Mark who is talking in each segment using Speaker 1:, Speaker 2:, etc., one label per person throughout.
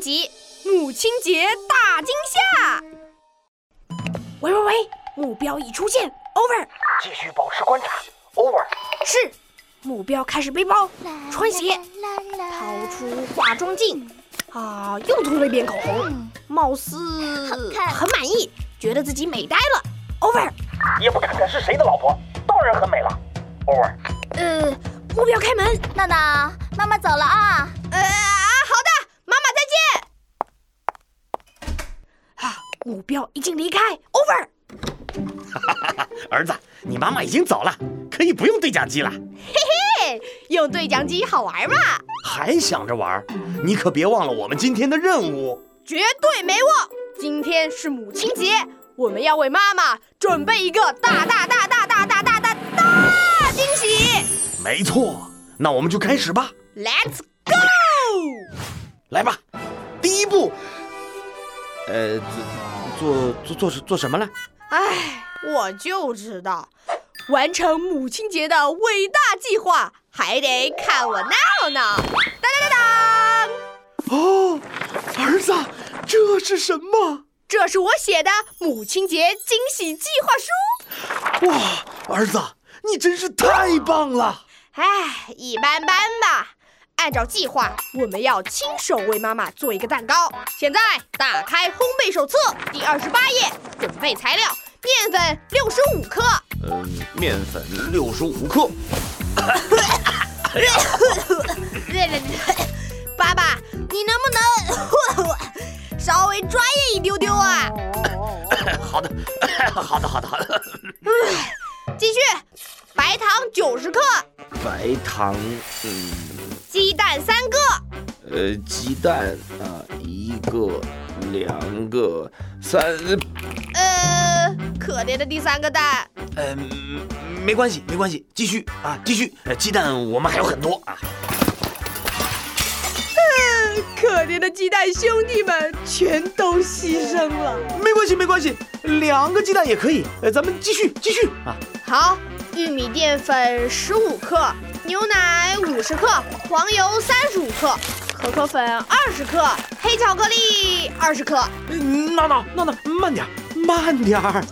Speaker 1: 集，
Speaker 2: 母亲节大惊吓！喂喂喂，目标已出现，over。
Speaker 3: 继续保持观察，over。
Speaker 2: 是，目标开始背包、穿鞋、
Speaker 1: 掏出化妆镜，
Speaker 2: 啊，又涂了一遍口红，貌似
Speaker 1: 很看
Speaker 2: 很满意，觉得自己美呆了，over。
Speaker 3: 也不看看是谁的老婆，当然很美了，over。
Speaker 2: 呃，目标开门，
Speaker 1: 娜娜，妈妈走了啊！
Speaker 2: 呃啊，好的，妈妈再见。啊，目标已经离开，over。
Speaker 4: 儿子，你妈妈已经走了，可以不用对讲机了，
Speaker 2: 用哎对讲机好玩吗？
Speaker 4: 还想着玩儿？你可别忘了我们今天的任务。
Speaker 2: 绝对没忘。今天是母亲节，我们要为妈妈准备一个大大大大大大大大大惊喜。
Speaker 4: 没错，那我们就开始吧，
Speaker 2: Let's go！
Speaker 4: 来吧，第一步，呃，做做做做做什么了？
Speaker 2: 哎，我就知道，完成母亲节的伟大计划，还得看我闹闹。当当当当，
Speaker 4: 哦，儿子，这是什么？
Speaker 2: 这是我写的母亲节惊喜计划书。
Speaker 4: 哇，儿子，你真是太棒了！
Speaker 2: 哎，一般般吧。按照计划，我们要亲手为妈妈做一个蛋糕。现在打开烘焙手册第二十八页，准备材料：面粉六十五克，
Speaker 4: 呃，面粉六十五克，
Speaker 2: 爸爸，你能不能 稍微专业一丢丢啊？
Speaker 4: 好的， 好的，好的，好的。
Speaker 2: 继续，白糖九十克，
Speaker 4: 白糖，嗯，
Speaker 2: 鸡蛋三个，
Speaker 4: 呃，鸡蛋啊、一个，两个，三，
Speaker 2: 呃，可怜的第三个蛋，
Speaker 4: 呃，没关系，没关系，继续啊，继续。呃，鸡蛋我们还有很多啊。
Speaker 2: 可怜的鸡蛋兄弟们全都牺牲了。
Speaker 4: 没关系，没关系，两个鸡蛋也可以。呃，咱们继续，继续啊！
Speaker 2: 好，玉米淀粉十五克，牛奶五十克，黄油三十五克，可可粉二十克，黑巧克力二十克。
Speaker 4: 嗯娜娜，娜娜，慢点儿，慢点儿。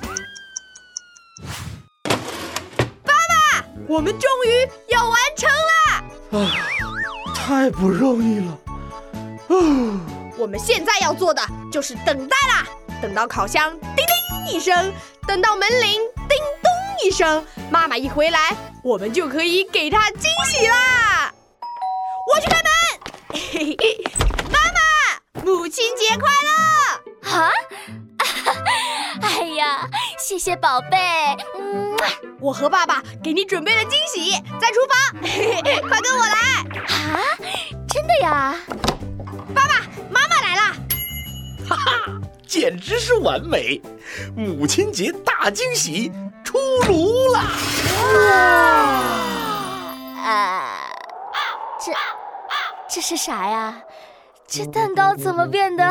Speaker 2: 我们终于要完成啦！
Speaker 4: 啊，太不容易了。啊，
Speaker 2: 我们现在要做的就是等待啦，等到烤箱叮叮一声，等到门铃叮咚一声，妈妈一回来，我们就可以给她惊喜啦！我去开门， 嘿嘿，妈妈，母亲节快乐！
Speaker 1: 啊！哎呀，谢谢宝贝，嗯，
Speaker 2: 我和爸爸给你准备了惊喜，在厨房， 嘿嘿，快跟我来！
Speaker 1: 啊，真的呀？
Speaker 2: 妈妈来啦！
Speaker 4: 简直是完美！母亲节大惊喜出炉啦！
Speaker 1: 啊，这这是啥呀？这蛋糕怎么变得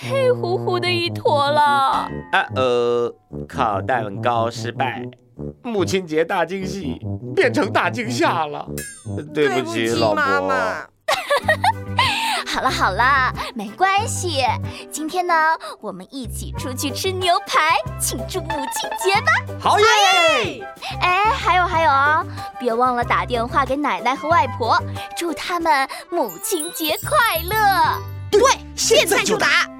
Speaker 1: 黑乎乎的一坨了？
Speaker 4: 啊呃，烤蛋糕失败，母亲节大惊喜变成大惊吓了。对不起，老婆。
Speaker 1: 好了好了，没关系。今天呢，我们一起出去吃牛排，庆祝母亲节吧。
Speaker 4: 好耶！
Speaker 1: 哎，还有还有啊，别忘了打电话给奶奶和外婆，祝他们母亲节快乐。
Speaker 2: 对，现在就打！